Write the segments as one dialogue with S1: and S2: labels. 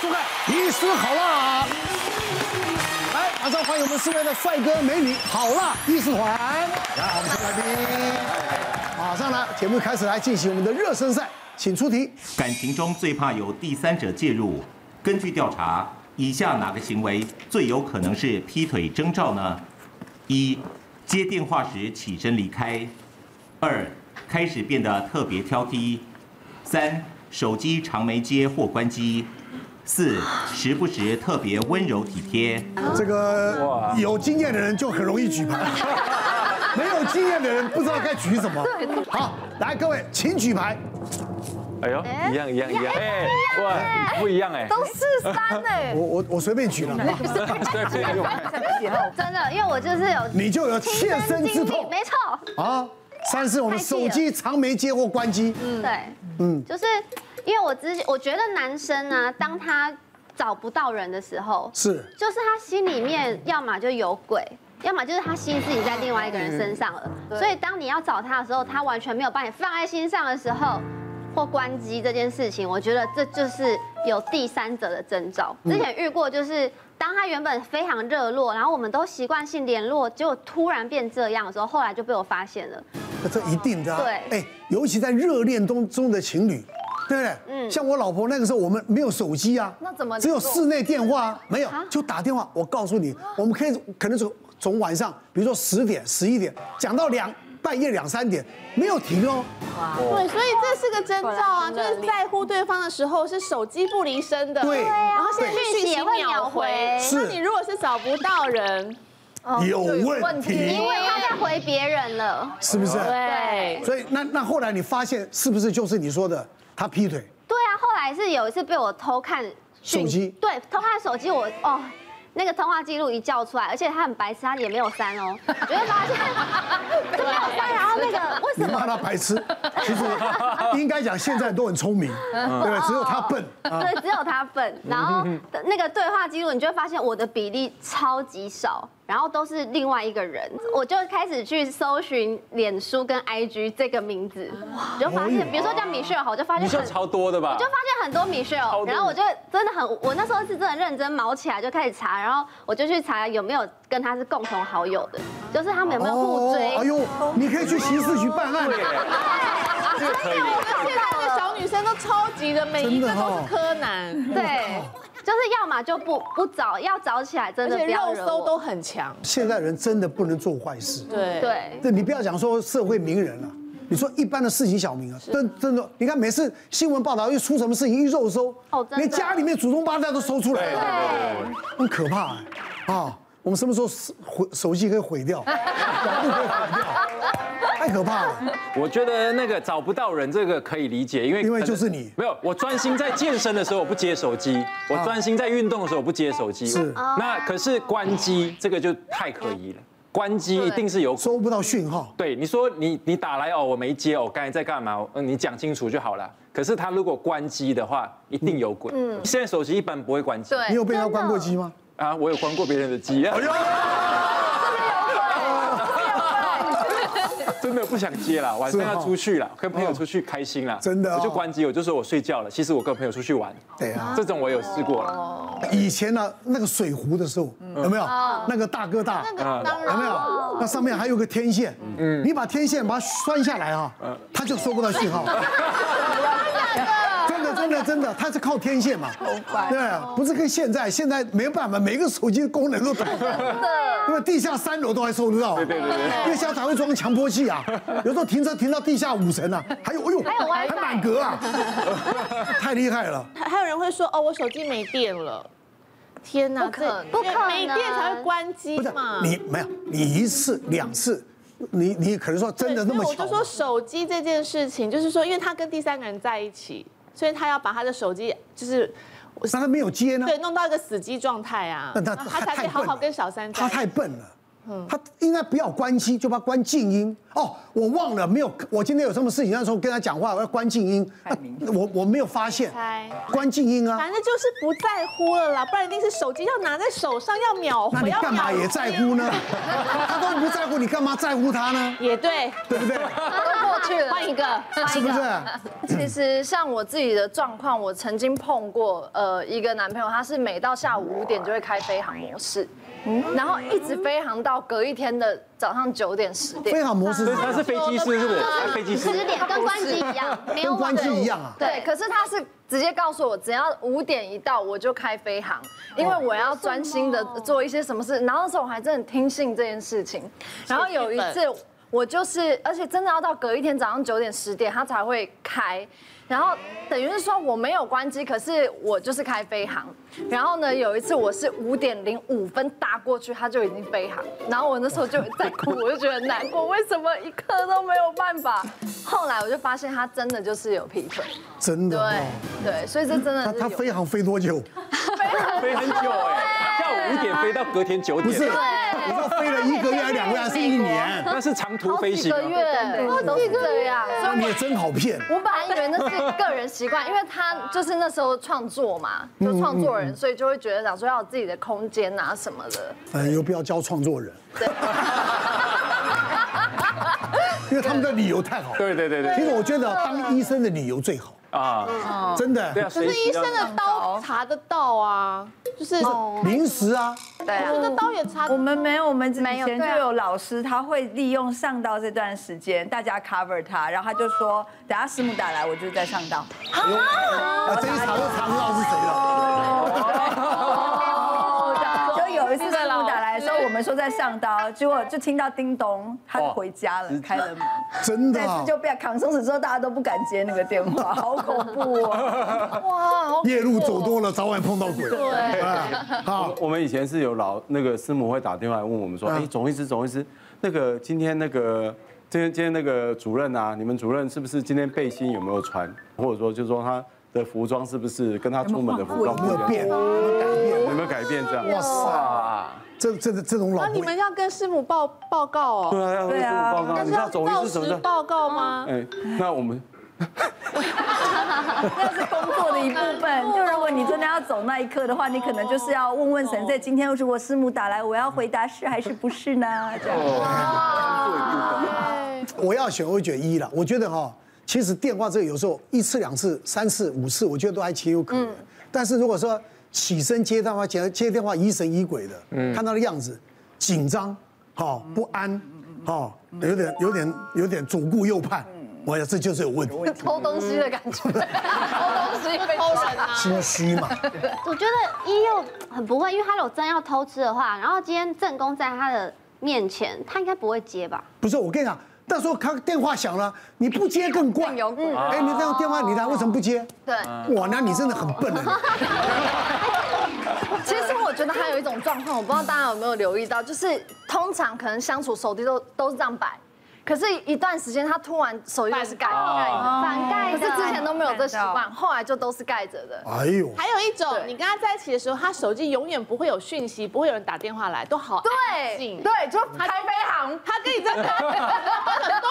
S1: 苏凯，医师好辣！来，马上欢迎我们四位的帅哥美女，好辣医师团！来，我们的来宾，马上呢，节目开始来进行我们的热身赛，请出题。
S2: 感情中最怕有第三者介入。根据调查，以下哪个行为最有可能是劈腿征兆呢？一、接电话时起身离开；二、开始变得特别挑剔；三、手机常没接或关机；四、时不时特别温柔体贴。
S1: 这个有经验的人就很容易举牌， 没有经验的人不知道该举什么。好，来各位，请举牌。
S3: 哎呦，一样一样一样，哎，哇，不一样哎，
S4: 都是三哎
S1: 我，我我随便举了，好不好
S3: 对，不一样
S4: 真的，因为我就是有
S1: 你就有切身之
S4: 经历，
S1: 痛
S4: 没错，
S1: 啊。三是我们手机常没接或关机，
S4: 对，嗯，就是因为我之前我觉得男生啊，当他找不到人的时候，
S1: 是
S4: 就是他心里面要么就有鬼。要么就是他心自己在另外一个人身上了，所以当你要找他的时候，他完全没有把你放在心上的时候，或关机这件事情，我觉得这就是有第三者的征兆。之前遇过，就是当他原本非常热络，然后我们都习惯性联络，结果突然变这样的时候，后来就被我发现了。
S1: 那这一定的、啊。
S4: 对
S1: 哎，尤其在热恋中中的情侣，对不对？嗯，像我老婆那个时候，我们没有手机啊，
S5: 那怎么
S1: 只有室内电话啊？没有
S4: 啊，
S1: 就打电话。我告诉你，我们可以可能从从晚上，比如说十点、十一点，讲到两半夜两三点，没有停哦。
S6: 对，所以这是个征兆啊，就是在乎对方的时候是手机不离身的，
S1: 对
S6: 然后现在
S4: 对
S6: 讯息秒回，
S1: 是
S6: 那你如果是找不到人，
S1: 有问题
S4: 因，为他在回别人了。
S1: 是不是？
S6: 对，
S1: 所以那那后来你发现是不是就是你说的他劈腿？
S4: 对啊，后来是有一次被我偷看讯
S1: 手机
S4: 对，偷看手机我哦。那个通话记录一叫出来，而且他很白痴，他也没有删哦，我就会发现就没有删。然后那个为
S1: 你
S4: 什么
S1: 骂他白痴，其实应该讲现在都很聪明，对不对？只有他笨。
S4: 对，只有他笨。然后那个对话记录，你就会发现我的比例超级少，然后都是另外一个人。我就开始去搜寻脸书跟 IG 这个名字，我就发现，比如说叫米雪好，我就发
S3: 你
S4: 现
S3: 说
S4: 很
S3: 超多的吧
S4: 我就？发现很多米
S3: 超
S4: Michelle，
S3: 多
S4: 然后我就真的很，我那时候是真的认真毛起来就开始查，然后我就去查有没有跟他是共同好友的，就是他们有没有互追。
S1: 哦哎呦，你可以去刑事局办案。
S4: 啊
S3: 可以，
S6: 现在的小女生都超级的，每一个
S1: 真的
S6: 都
S1: 哦
S6: 是柯南，
S4: 对，就是要么就不不找，要找起来真
S6: 而
S4: 的
S6: 且
S4: 不要
S6: 肉
S4: 惹
S6: 搜
S4: 我
S6: 都很强，
S1: 现在人真的不能做坏事。
S6: 对，
S4: 对。
S1: 对，你不要讲说社会名人了、你说一般的市井小民啊，真真的，你看每次新闻报道一出什么事情一肉搜
S4: 哦，真的
S1: 连家里面祖宗八代都搜出来了，
S4: 对，
S1: 很可怕哎、啊，我们什么时候毁手机可以毁 掉，网络可以毁掉，太可怕了。
S3: 我觉得那个找不到人这个可以理解，因为
S1: 因为就是你啊
S3: 没有，我专心在健身的时候我不接手机，我专心在运动的时候我不接手机。
S1: 是
S3: 那可是关机这个就太可疑了，关机一定是有
S1: 收不到讯号，
S3: 对，你说你你打来哦，我没接哦，我刚才在干嘛？哦嗯，你讲清楚就好了。可是他如果关机的话，一定有鬼。嗯，现在手机一般不会关机。
S1: 你有被他关过机吗？
S3: 啊，我有关过别人的机
S1: 哎
S3: 啊。真的不想接啦，晚上
S1: 是哦
S3: 要出去啦，跟朋友出去开心啦，
S1: 真的哦
S3: 我就关机，我就说我睡觉了。其实我跟朋友出去玩，
S1: 对啊，
S3: 这种我有试过了。
S1: 以前呢、那个水壶的时候，有没有嗯那个大哥大？
S3: 啊，
S1: 有没有？那上面还有个天线，嗯，你把天线把它拴下来啊，它就收不到信号。 真的真的真的，它是靠天线嘛？对啊，不是跟现在，现在没办法，每个手机的功能都打 开，因为地下三楼都还收得到。对
S3: 对对对
S1: 因为现在才会装强波器啊，有时候停车停到地下五层啊，还有哎呦，
S4: 还有 WiFi
S1: 还满格啊，太厉害了。
S6: 还还有人会说哦，我手机没电了。天哪，
S5: 不可能
S6: 这
S4: 不可能
S6: 没电才会关机
S1: 不是
S6: 嘛？
S1: 你没有，你一次两次，你你可能说真的那么
S6: 所以我
S1: 巧啊
S6: 就
S1: 吗？
S6: 说手机这件事情，就是说，因为他跟第三个人在一起，所以他要把他的手机就是
S1: 那他没有接呢？
S6: 对弄到一个死机状态啊，
S1: 那他
S6: 然后他才可以好好跟小三在
S1: 他
S6: 一起
S1: 太笨了。
S6: 嗯
S1: 他应该不要关机，就把它关静音。哦，我忘了，没有，我今天有什么事情，那时候跟他讲话，我要关静音，那我我没有发现
S6: 猜，
S1: 关静音啊。
S6: 反正就是不在乎了啦，不然一定是手机要拿在手上，要秒
S1: 那
S6: 回，啊
S1: 你
S6: 要
S1: 干嘛
S6: 秒
S1: 也在乎呢？他都不在乎，你干嘛在乎他呢？
S6: 也对，
S1: 对不对？
S5: 过
S4: 去了，
S6: 换一个
S1: 是不是？
S6: 哎
S5: 其实像我自己的状况，我曾经碰过呃一个男朋友，他是每到下午五点就会开飞航模式，然后一直飞航到隔一天的早上九点十点。
S1: 飞航模式
S3: 所以他是飞机师是不是？
S6: 哦
S3: 他是飞机师
S4: 十点跟关机一样，没有
S1: 跟关
S4: 晚
S1: 机
S4: 的
S1: 一样啊。
S5: 对，可是他是直接告诉我，只要五点一到我就开飞航，因为我要专心的做一些什么事。然后那时候我还真的很听信这件事情，然后有一次我就是，而且真的要到隔一天早上九点十点他才会开，然后等于是说我没有关机，可是我就是开飞航。然后呢，有一次我是五点零五分打过去，他就已经飞航，然后我那时候就在哭，我就觉得很难过，为什么一刻都没有办法？后来我就发现他真的就是有劈腿。
S1: 真的哦
S5: 对，对，所以这真的
S1: 他
S5: 是
S1: 他
S5: 有
S1: 飞航飞多久？
S3: 飞很久哎，下午五点飞到隔天九
S1: 不是，
S3: 点，
S1: 你说飞了一个月、还是两个月，还是一年？
S3: 那是长途
S5: 好
S3: 飞
S5: 几
S3: 行啊。
S5: 个月啊都是这样，
S1: 那
S5: 所
S1: 你
S5: 以
S1: 也真好骗。
S5: 我本来以为那是个人习惯，因为他 就是那时候创作嘛，就创作人，所以就会觉得想说要有自己的空间啊什么的。
S1: 嗯，又不要教创作人， 因为他们的理由太好。
S3: 对对对
S1: 其
S3: 对
S1: 实我觉得当医生的理由最好，
S3: 啊，
S1: 真的
S3: 对。啊，
S6: 可
S3: 随
S6: 是
S3: 时
S6: 医生
S3: 要
S6: 的刀查得到啊，就是我
S1: 临时啊，
S5: 哦对啊
S6: 觉，得刀也查得到。
S7: 我们没有，我们之
S5: 没有
S7: 前就
S5: 对啊
S7: 有老师，他会利用上道这段时间，大家 cover 他，然后他就说，等下师母打来，我就在上道。
S1: 啊，这一查都查不到是谁了。
S5: 哦
S7: 就有一次师母打来的时候，我们说在上刀，结果就听到叮咚，他就回家了，开了门。
S1: 真的
S7: 但
S1: 啊
S7: 是，就被扛松子之后，大家都不敢接那个电话，好恐怖哦！
S1: 夜路走多了，早晚碰到鬼。对，好，
S8: 我们以前是有老那个师母会打电话来问我们说，
S1: 嗯
S8: 哎，总医师，总医师，那个今天那个今天今天那个主任啊，你们主任是不是今天背心有没有穿，或者说就说他的服装是不是跟他出门的服装
S1: 有没
S8: 不一
S1: 有
S8: 样，
S1: 变？有没有改变？
S8: 有没有改变这样？
S1: 哇塞，这这这种老
S6: 那
S1: 婆
S6: 你们要跟师母报报告哦，
S8: 对啊，要
S7: 对
S8: 师
S7: 啊
S8: 母报告，
S6: 但
S8: 你
S6: 是
S8: 知道
S6: 要
S8: 总医
S6: 照
S8: 师什么
S6: 实
S8: 叫？
S6: 报告
S5: 嗯
S6: 吗？
S8: 哎，那我们
S7: 那是工作的一部分。就如果你真的要走那一刻的话，你可能就是要问问神在今天如果师母打来，我要回答是还是不是呢？这样。
S1: 我要选，我会选一了。我觉得哈、其实电话这个有时候一次、两次、三次、五次，我觉得都还情有可原。但是如果说起身接电话，接接电话疑神疑鬼的，看他的样子紧张，好、不安，好、有点有点有点左顾右盼，我想这嗯就是有问题，
S5: 偷东西的感觉，偷东西被
S6: 偷人啊！
S1: 心虚 嘛。
S4: 我觉得一又很不会，因为他如果真要偷吃的话，然后今天正宫在他的面前，他应该不会接吧？
S1: 不是，我跟你讲，到时候他电话响了，你不接更怪。
S5: 更有鬼
S1: 哎，你这样电话你来为什么不接？
S5: 对，
S1: 哇，那你真的很笨啊。
S5: 其实我觉得还有一种状况，我不知道大家有没有留意到，就是通常可能相处手机都都是这样摆，可是一段时间他突然手机就是盖着，
S4: 反盖
S5: 可
S4: 的
S5: 是之前都没有这习惯，后来就都是盖着的。
S1: 你哎呦，
S6: 还有一种，你跟他在一起的时候，他手机永远不会有讯息，不会有人打电话来，都好安
S5: 对
S6: 静。
S5: 对，就开飞航，
S6: 他跟你在打， 都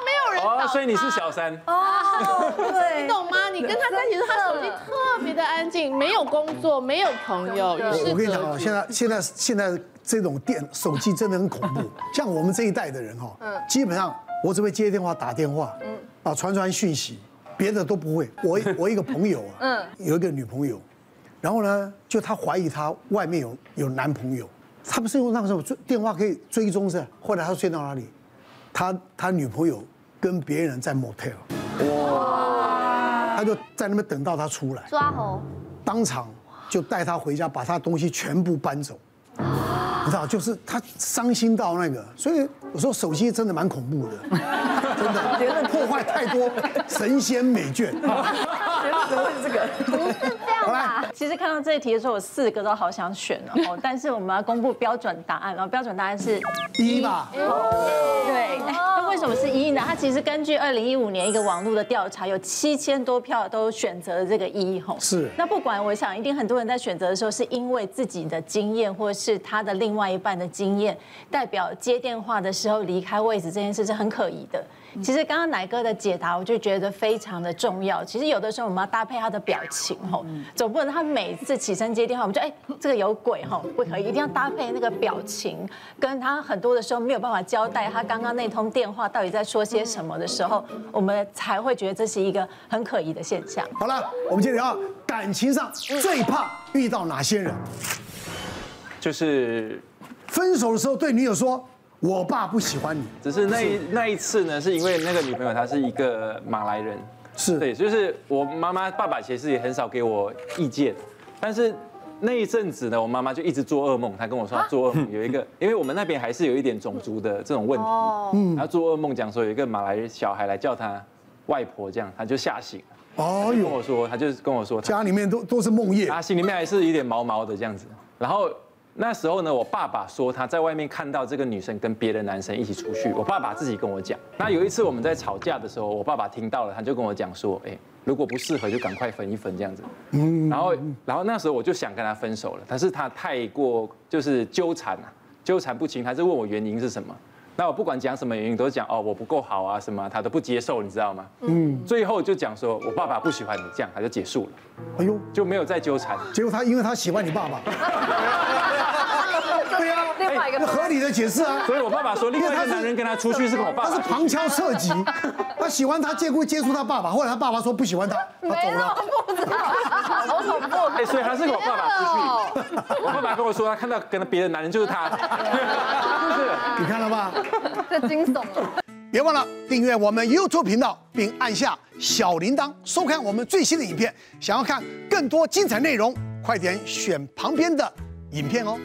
S6: 没有人
S3: 哦
S6: 找，
S3: 所以你是小三，
S7: 哦，对
S6: 你。懂吗？你跟他在一起的时候，他手机特别的安静，没有工作，没有朋友，与
S1: 我
S6: 世
S1: 我跟你讲
S6: 隔
S1: 哦，
S6: 绝。
S1: 现在现在现在这种电手机真的很恐怖。像我们这一代的人哈，基本上我只会接电话、打电话，啊，传传讯息，别的都不会。我我一个朋友啊，有一个女朋友，然后呢，就她怀疑她外面有有男朋友，她不是用那个什么追电话可以追踪是吧？后来她追到哪里？她她女朋友跟别人在 motel，哇，他就在那边等到她出来。
S4: 抓猴，
S1: 当场就带他回家，把他东西全部搬走。你知道，就是他伤心到那个，所以我说手机真的蛮恐 怖的，真的，别人破坏太多神仙美眷。
S4: 不是这样啊吧？
S9: 其实看到这一题的时候，我四个都好想选哦，但是我们要公布标准答案，然后标准答案是
S1: 一吧，
S9: 对，那为什么是一呢？它其实根据二零一五年一个网络的调查，有七千多票都选择了这个一吼。
S1: 是
S9: 那不管，我想一定很多人在选择的时候，是因为自己的经验，或是他的另外一半的经验，代表接电话的时候离开位置这件事是很可疑的。
S6: 其实刚刚奶哥的解答，我就觉得非常的重要。其实有的时候我们要搭配他的表情吼，总不能他每次起身接电话，我们就哎这个有鬼吼，不可以，一定要搭配那个表情，跟他很多的时候没有办法交代他刚刚那通电话到底在说些什么的时候，我们才会觉得这是一个很可疑的现象。
S1: 好了，我们今天聊感情上最怕遇到哪些人？
S3: 就是
S1: 分手的时候对女友说：“我爸不喜欢你。
S3: 只是那一那一次呢，是因为那个女朋友她是一个马来人，
S1: 是
S3: 对，就是我妈妈爸爸其实也很少给我意见，但是那一阵子呢，我妈妈就一直做噩梦，她跟我说她做噩梦有一个，因为我们那边还是有一点种族的这种问题，嗯，她做噩梦讲说有一个马来小孩来叫她外婆，这样她就吓醒，”
S1: 哦
S3: 跟
S1: 哟，
S3: 我说，她就是跟我说她
S1: 家里面都都是梦魇。
S3: 他心里面还是有点毛毛的这样子。然后那时候呢，我爸爸说他在外面看到这个女生跟别的男生一起出去，我爸爸自己跟我讲。那有一次我们在吵架的时候，我爸爸听到了，他就跟我讲说，哎，如果不适合就赶快分一分这样子。嗯，然后然后那时候我就想跟他分手了，但是他太过就是纠缠啊，纠缠不清，他就问我原因是什么。那我不管讲什么原因，都讲哦我不够好啊什么啊，他都不接受，你知道吗？嗯，最后就讲说我爸爸不喜欢你这样，他就结束了，
S1: 哎呦，
S3: 就没有再纠缠。
S1: 结果他因为他喜欢你 爸爸，对呀、啊，
S10: 另外一个
S1: 那合理的解释啊。
S3: 所以我爸爸说，另外一个男人跟他出去是跟我爸
S1: 他是
S3: 爸。
S1: 旁敲侧 击，他喜欢他，结果接触他爸爸，后来他爸爸说不喜欢他，他走了。
S10: 好恐怖。
S3: 哎，所以他是跟我爸爸出去。我爸爸跟我说，他看到跟别的男人就是他，是不是？
S1: 你看了吧？
S10: 这惊悚了。
S1: 别忘了订阅我们 YouTube 频道，并按下小铃铛，收看我们最新的影片。想要看更多精彩内容，快点选旁边的影片哦。